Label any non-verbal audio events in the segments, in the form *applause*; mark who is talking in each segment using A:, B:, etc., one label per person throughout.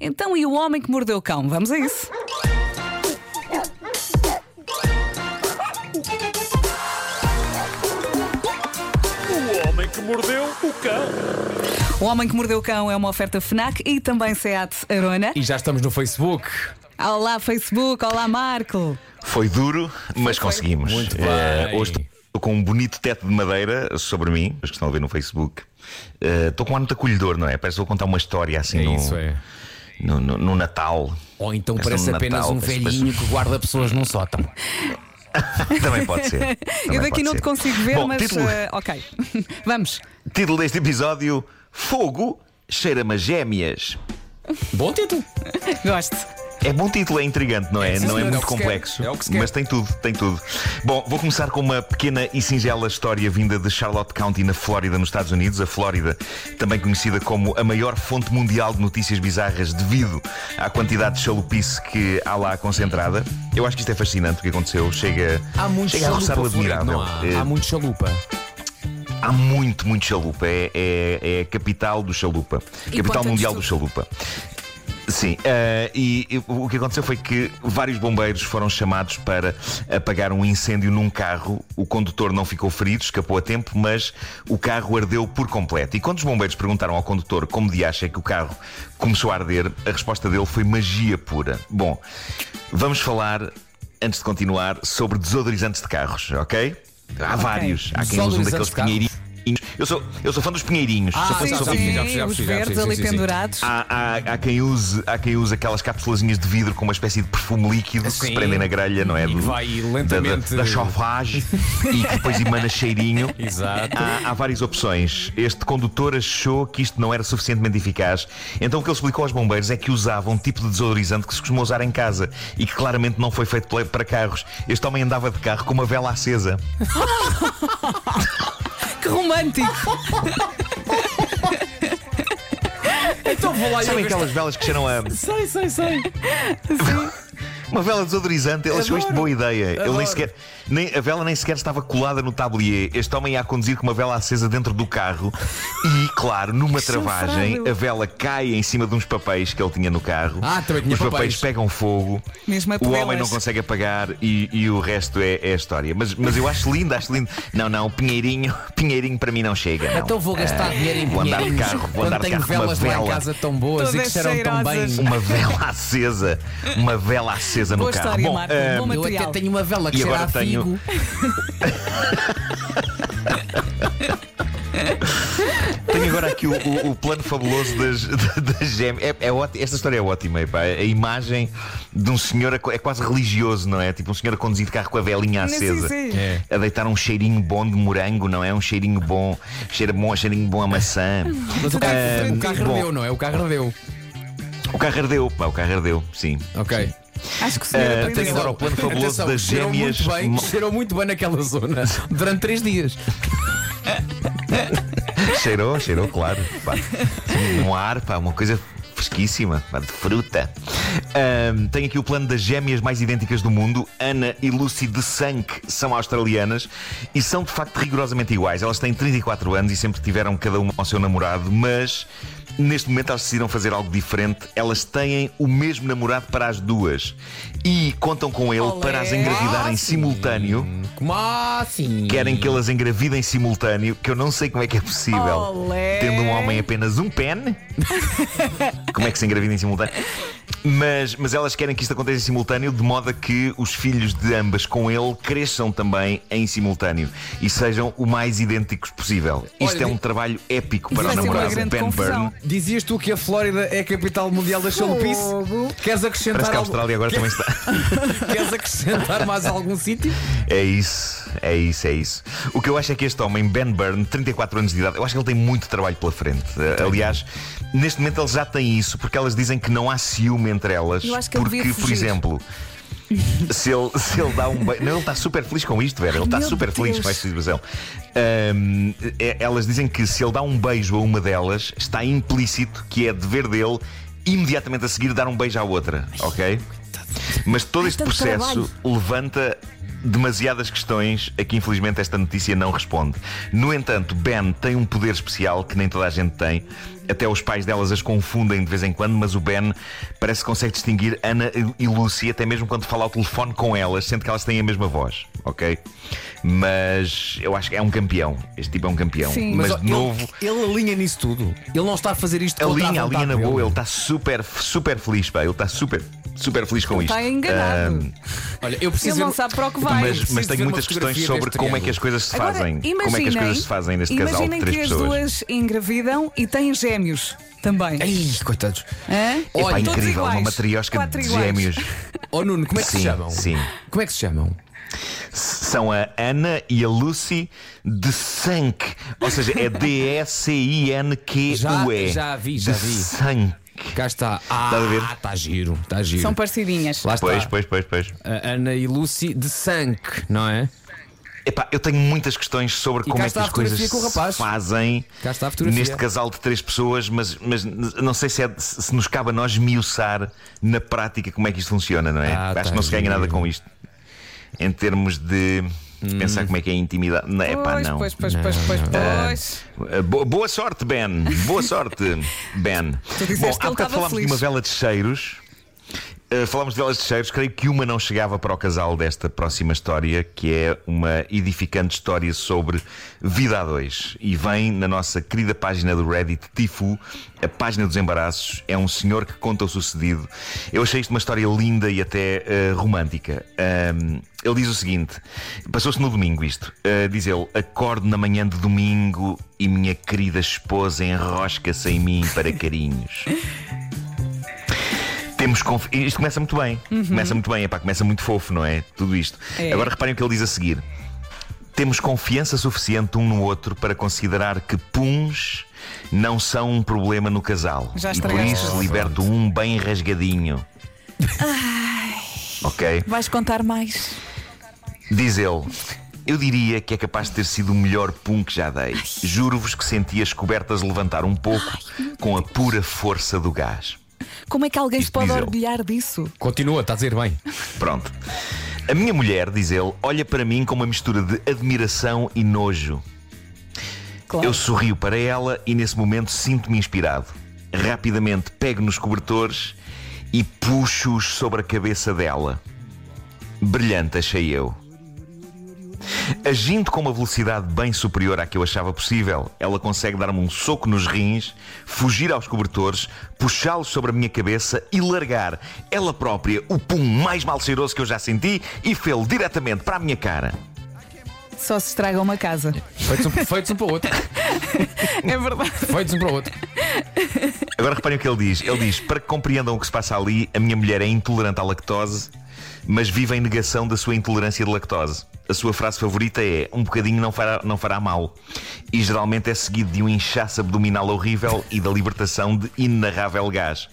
A: Então, e o homem que mordeu o cão? Vamos a isso.
B: O homem que mordeu o cão.
A: O homem que mordeu o cão é uma oferta Fnac e também Seat Arona.
C: E já estamos no Facebook.
A: Olá, Facebook. Olá, Marco.
D: Foi duro, mas conseguimos.
C: Muito
D: Eh,
C: bem.
D: hoje estou com um bonito teto de madeira sobre mim, os que estão a ver no Facebook. Eh, Estou com um ano de acolhedor, não é? Parece que vou contar uma história assim
C: É
D: no,
C: isso, é.
D: no, no- no
A: *laughs*
D: Natal.
C: Ou então
D: Parece
C: parece
D: um
C: apenas
D: Natal,
C: um
D: parece-
C: velhinho que guarda pessoas num sótão.
D: Também pode ser. Também
A: Eu daqui
D: pode
A: não
D: ser.
A: te consigo ver,
D: Bom,
A: mas
D: Título,
A: eh, ok. *laughs* Vamos.
D: título deste episódio: Fogo cheira-me a gêmeas.
C: Bom título.
A: *laughs* Gosto.
D: É bom título, é intrigante, não é?
C: sim,
D: não é
C: senhor,
D: muito
C: é o que se quer.
D: complexo,
C: É o que se quer.
D: mas tem tudo, tem tudo. Bom, vou começar com uma pequena e singela história vinda de Charlotte County, na Flórida, nos Estados Unidos. A Flórida, também conhecida como a maior fonte mundial de notícias bizarras devido à quantidade de chalupice que há lá concentrada. Eu acho que isto é fascinante o que aconteceu. Chega,
C: Há muito
D: chega a
C: chalupa.
D: roçar o
C: Florido,
D: admirável.
C: não há?
D: Eh,
C: há muito chalupa.
D: Há muito, muito chalupa. É, é, é a capital do chalupa. capital
A: conta-nos
D: mundial
A: tudo.
D: do chalupa. Sim, eh, e, e o que aconteceu foi que vários bombeiros foram chamados para apagar um incêndio num carro. O condutor não ficou ferido, escapou a tempo, mas o carro ardeu por completo. E quando os bombeiros perguntaram ao condutor como de acha que o carro começou a arder, a resposta dele foi magia pura. Bom, vamos falar, antes de continuar, sobre desodorizantes de carros, ok? Há vários. Há quem use um
C: Desodorizantes
D: daqueles
C: de carros.
D: pinheirinhos. Eu sou, eu sou fã dos pinheirinhos.
C: Ah,
D: sou fã
C: sim,
D: dos
C: sim.
D: pinheirinhos.
C: já percebi, já
A: os
C: percebi, já
A: verdes
C: percebi,
A: ali
C: sim, sim, sim.
A: pendurados.
D: Há, há- há quem use, há quem use aquelas cápsulazinhas de vidro com uma espécie de perfume líquido que
C: Sim.
D: se prendem na grelha, não é?
C: E que
D: Do-
C: vai
D: da-
C: lentamente-
D: Da, da chauffage e que depois emana
C: *laughs*
D: cheirinho.
C: Exato.
D: Há, há várias opções. Este condutor achou que isto não era suficientemente eficaz, então o que ele explicou aos bombeiros é que usava um tipo de desodorizante que se costuma usar em casa e que claramente não foi feito pela- para carros. Este homem andava de carro com uma vela acesa.
C: Ah,
A: Que romântico.
C: *laughs* Então vou lá
D: Sabem aquelas velas que cheiram a.
C: Sei, sei, sei.
D: Uma vela desodorizante, ele achou isto boa ideia. Ele
C: adoro.
D: nem sequer, nem, a vela nem sequer estava colada no tablier. Este homem ia a conduzir com uma vela acesa dentro do carro e, claro, numa travagem,
A: chanfrado.
D: a vela cai em cima de uns papéis que ele tinha no carro.
C: Ah, também tinha
D: Os papéis,
C: papéis.
D: pegam fogo.
A: Mesmo a
D: o homem
A: pedelas.
D: não consegue apagar e, e o resto é, é história. Mas, mas eu acho lindo, acho lindo. Não, não, Pinheirinho, Pinheirinho para mim não chega. não. Ah,
C: Então vou gastar dinheiro em
D: É. vou andar de
C: pinheirinhos,
D: carro, vou
C: quando
D: andar de
C: tenho
D: carro com uma
C: velas lá em
D: vela.
C: casa tão boas e que
A: Todas
C: cheiram tão bem.
A: cheirosas.
D: Uma vela acesa, uma vela acesa
A: Boa
D: no carro.
A: história,
D: Bom,
A: Marco. um
D: ah,
A: Bom
C: Eu
A: material.
C: até tenho uma vela que
D: E
C: cheira a
D: agora tenho-
C: figo.
D: Tenho agora aqui o, o- o plano fabuloso das, *laughs* das gêmeas. É, é ótimo. Esta história é ótima. epá. A imagem de um senhor a co- é quase religioso, não é? Tipo um senhor a conduzir de carro com a velinha
A: Sim,
D: acesa.
A: sim.
C: É.
D: A deitar um cheirinho bom de morango, não é? Um cheirinho bom. Cheira bom, cheirinho bom a
A: *laughs*
D: maçã. *laughs*
C: Mas o carro,
D: Ah,
C: o carro
D: bom.
C: ardeu, não é? O carro ardeu.
D: O carro ardeu, pá, o carro ardeu, sim.
C: Ok.
A: Acho que o
D: Eh,
A: senhor
D: tenho
A: aprendeu.
D: agora o plano fabuloso
C: Atenção,
D: das
C: cheirou
D: gêmeas.
C: Muito bem,
D: Mo-
C: cheirou muito bem naquela zona durante três dias.
D: Cheirou, cheirou, claro. pá. Um ar, pá, uma coisa fresquíssima, pá, de fruta. Ahm, tenho aqui o plano das gêmeas mais idênticas do mundo. Ana e Lucy de Sank são australianas e são de facto rigorosamente iguais. Elas têm 34 anos e sempre tiveram cada uma ao seu namorado, mas neste momento elas decidiram fazer algo diferente. Elas têm o mesmo namorado para as duas e contam com ele
A: Olé.
D: para as engravidar em simultâneo.
C: Ah, Como assim?
D: Querem que elas engravidem simultâneo, que eu não sei como é que é possível.
A: Olé.
D: Tendo um homem apenas
A: *laughs*
D: um pen. como é que se engravida em simultâneo? Mas, mas elas querem que isto aconteça em simultâneo, de modo a que os filhos de ambas com ele cresçam também em simultâneo e sejam o mais idênticos possível. Isto
C: Olha,
D: é um
C: di-
D: trabalho épico para
A: Vai
D: o
A: ser uma
D: namorado
A: grande
D: Ben
A: confusão.
D: Burn.
C: Dizias tu que a Flórida é a capital mundial da chalupice? Queres
D: Parece
C: acrescentar,
D: que a
C: algo-
D: Austrália agora também está.
C: *laughs* Queres acrescentar mais algum sítio?
D: É isso, é isso, é isso. O que eu acho é que este homem, Ben Byrne, 34 anos de idade, eu acho que ele tem muito trabalho pela frente. Eh, Aliás, neste momento ele já tem isso, porque elas dizem que não há ciúme entre elas.
A: Eu acho que ele
D: porque,
A: devia
D: por
A: fugir. *laughs*
D: exemplo. Se ele, se ele dá um beijo. Não, ele está super feliz com isto, velho. Ele está
A: meu
D: super feliz
A: Deus.
D: com esta situação. Ahm, é- elas dizem que se ele dá um beijo a uma delas, está implícito que é dever dele imediatamente a seguir dar um beijo à outra, ok? Mas todo este
A: tanto
D: processo
A: trabalho.
D: levanta demasiadas questões a que infelizmente esta notícia não responde. No entanto, Ben tem um poder especial que nem toda a gente tem. Até os pais delas as confundem de vez em quando, mas o Ben parece que consegue distinguir Ana e Lucy até mesmo quando fala ao telefone com elas, sendo que elas têm a mesma voz, ok? Mas eu acho que é um campeão. Este tipo é um campeão.
A: Sim.
D: Mas,
C: ó,
D: de novo,
C: Ele, ele alinha nisso tudo. Ele não está a fazer isto
D: a
C: contra
D: linha, a
C: vontade
D: linha na
C: dele.
D: boa, ele está super, super feliz, pá. Ele está super, super feliz com isto.
A: Está tá enganado.
C: Eh,
D: Ahm,
C: Olha, eu preciso.
A: Ele não
C: ver-
A: sabe para o que vai.
D: mas, mas
C: preciso ver
D: tenho
C: uma
D: muitas questões
C: fotografia
D: sobre
C: deste
D: como é que as coisas se
A: Agora,
D: fazem. como é que as
A: imaginem-
D: coisas se fazem neste casal de
A: Imaginem
D: três
A: que as
D: pessoas.
A: duas engravidam e têm gêmeos também.
C: Ei, coitados.
A: Hã?
D: Epá,
C: Olha,
A: todos
D: incrível,
A: iguais.
D: uma matriosca
A: Quatro
D: de
A: iguais.
C: *laughs*
D: gêmeos.
C: Ó Nuno, como é que
D: Sim,
C: se chamam?
D: sim.
C: Como é que se chamam?
D: S- São a Ana e a Lucy de Sank. Ou seja, é D-E-C-I-N-Q-U-E.
C: Já- já vi, já
D: de
C: vi.
D: Sank.
C: Cá está.
D: Estás a ver?
C: Ah, está giro, está giro.
A: São parecidinhas.
C: Lá está.
D: Pois, pois, pois, pois.
C: A Ana e Lucy de Sank, não é?
D: Epá, eu tenho muitas questões sobre
C: E
D: como
C: cá
D: é que
C: está
D: as
C: a fotografia
D: coisas
C: com o rapaz.
D: se fazem
C: Cá está a fotografia.
D: neste casal de três pessoas, mas, mas não sei se, é- se nos cabe a nós miuçar na prática como é que isto funciona, não é?
C: Ah,
D: Acho
C: tá
D: que não se ganha
C: giro. Hum.
D: nada com isto. Em termos de pensar como é que é a intimidade. Não, epá,
A: Pois,
D: não.
A: pois, pois, pois, pois, pois.
D: Uh, bo- Boa sorte, Ben. Boa sorte,
C: *laughs*
D: Ben.
A: Tu disseste
D: Bom,
A: que ele estava
D: há bocado falámos
A: feliz.
D: de uma vela de cheiros. Uh, falámos de velas de cheiros. Creio que uma não chegava para o casal desta próxima história, que é uma edificante história sobre vida a dois. E vem na nossa querida página do Reddit, Tifu, a página dos embaraços. É um senhor que conta o sucedido. Eu achei isto uma história linda e até uh, romântica. Um, ele diz o seguinte: passou-se no domingo isto. Uh, diz ele: acordo na manhã de domingo e minha querida esposa enrosca-se em mim para carinhos. Temos conf... Isto começa muito bem. Começa muito bem, epá, começa muito fofo, não é? Tudo isto.
A: Uhum. É.
D: Agora reparem o que ele diz a seguir. Temos confiança suficiente um no outro para considerar que puns não são um problema no casal.
A: Já
D: e por
A: estragaste
D: isso
A: tudo.
D: liberto um bem rasgadinho. Ok?
A: Vais contar mais?
D: Diz ele. Eu diria que é capaz de ter sido o melhor pum que já dei. Juro-vos que senti as cobertas levantar um pouco com a pura força do gás.
A: Como é que alguém se
D: Isto
A: pode
D: diz ele.
A: orgulhar disso?
C: Continua, está a dizer bem.
D: Pronto. A minha mulher, diz ele, olha para mim com uma mistura de admiração e nojo.
A: Claro.
D: Eu sorrio para ela e nesse momento sinto-me inspirado. Rapidamente pego nos cobertores e puxo-os sobre a cabeça dela. Brilhante, achei eu. Agindo com uma velocidade bem superior à que eu achava possível, ela consegue dar-me um soco nos rins, fugir aos cobertores, puxá-los sobre a minha cabeça e largar ela própria o pum mais mal cheiroso que eu já senti e fê-lo diretamente para a minha cara.
A: Só se estraga uma
D: *laughs*
A: casa.
C: Feitos um, feitos um para o outro.
A: É verdade.
C: Feitos um para o outro.
D: Agora reparem o que ele diz. Ele diz: para que compreendam o que se passa ali, a minha mulher é intolerante à lactose, mas vive em negação da sua intolerância de lactose. A sua frase favorita é: um bocadinho não fará, não fará mal. E geralmente é seguido de um inchaço abdominal horrível e da libertação de inenarrável gás.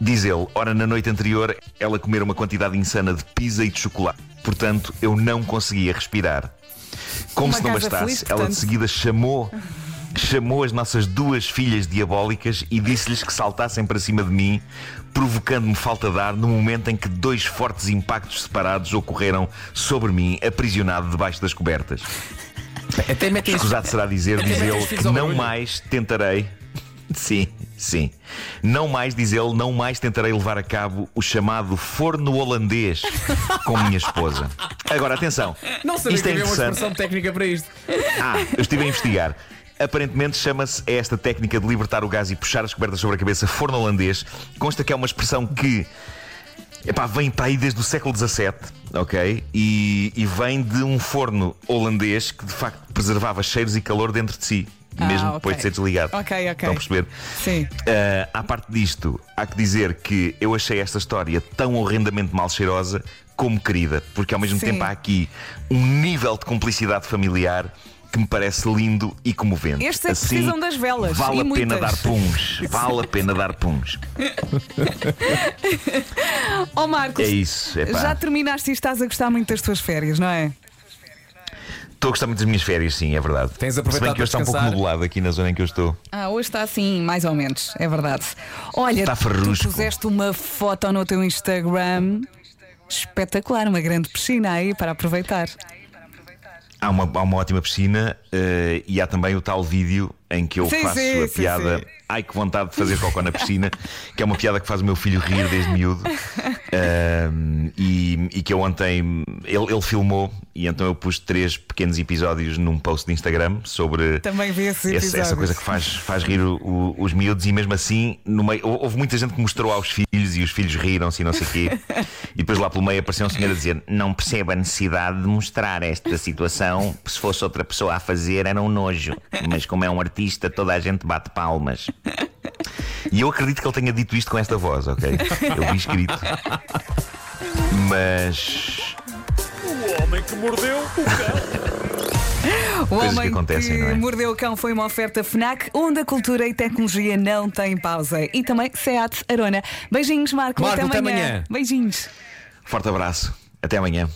D: Diz ele: ora, na noite anterior, ela comer uma quantidade insana de pizza e de chocolate. Portanto, eu não conseguia respirar. Como
A: Uma
D: se não
A: casa
D: bastasse,
A: feliz,
D: ela de
A: portanto.
D: seguida chamou chamou as nossas duas filhas diabólicas e disse-lhes que saltassem para cima de mim, provocando-me falta de ar no momento em que dois fortes impactos separados ocorreram sobre mim, aprisionado debaixo das cobertas.
C: Até metem
D: Escusado será dizer, diz
C: Até metem
D: ele,
C: os filhos
D: que
C: ao
D: não
C: barulho.
D: mais tentarei. Sim, sim. Não mais, diz ele, não mais tentarei levar a cabo o chamado forno holandês com minha esposa. Agora, atenção.
C: Não sabia
D: isto
C: que
D: é
C: havia uma
D: interessante.
C: expressão técnica para isto.
D: Ah, eu estive a investigar. Aparentemente chama-se a esta técnica de libertar o gás e puxar as cobertas sobre a cabeça forno holandês. Consta que é uma expressão que epá, vem para aí desde o século XVII, ok? E, e vem de um forno holandês que de facto preservava cheiros e calor dentro de si,
A: Ah,
D: mesmo depois
A: ok.
D: de ser desligado.
A: Ok, ok.
D: Estão a perceber?
A: Sim.
D: Ah, à parte disto, há que dizer que eu achei esta história tão horrendamente mal cheirosa como querida, porque ao mesmo
A: Sim.
D: tempo há aqui um nível de cumplicidade familiar que me parece lindo e comovente. Assim,
A: Estes é que precisam das velas,
D: Vale
A: e
D: a pena
A: muitas.
D: dar puns. Vale a pena dar puns.
A: Ó Marcos,
D: É isso. Epá.
A: já terminaste e estás a gostar muito das tuas férias, não é?
D: Estou a gostar muito das minhas férias, sim, é verdade.
C: Tens
D: Se
C: aproveitado
D: bem que
C: para
D: hoje está um pouco
C: descansar.
D: nublado aqui na zona em que eu estou.
A: Ah, hoje está assim, mais ou menos, é verdade. Olha,
D: Está
A: tu
D: ferrusco.
A: puseste uma foto no teu Instagram Espetacular, uma grande piscina aí para aproveitar.
D: Há uma, há uma ótima piscina eh, e há também o tal vídeo em que eu
A: Sim,
D: faço
A: sim,
D: a
A: sim,
D: piada.
A: sim.
D: Ai que vontade de fazer cocó na piscina, que é uma piada que faz o meu filho rir desde
A: *laughs*
D: miúdo. Ahm, e, e que eu ontem ele, ele filmou e então eu pus três pequenos episódios num post de Instagram sobre
A: Também vi esses
D: esse- essa
A: episódios.
D: coisa que faz, faz rir o- o- os miúdos e mesmo assim no meio, hou- houve muita gente que mostrou aos filhos e os filhos riram-se e não sei o
A: *laughs*
D: quê. E depois lá pelo meio apareceu um senhor a dizer: Não percebo a necessidade de mostrar esta situação, se fosse outra pessoa a fazer era um nojo. Mas como é um artista, toda a gente bate palmas. E eu acredito que ele tenha dito isto com esta voz, ok? Eu vi escrito. Mas.
B: O homem que mordeu o cão.
A: O
D: Coisas que
A: homem
D: acontecem, não é?
A: mordeu o cão foi uma oferta FNAC, onde a cultura e tecnologia não têm pausa. E também SEAT Arona. Beijinhos, Marco.
C: Marco, até
A: até
C: amanhã.
A: amanhã. Beijinhos.
D: Forte abraço, até amanhã.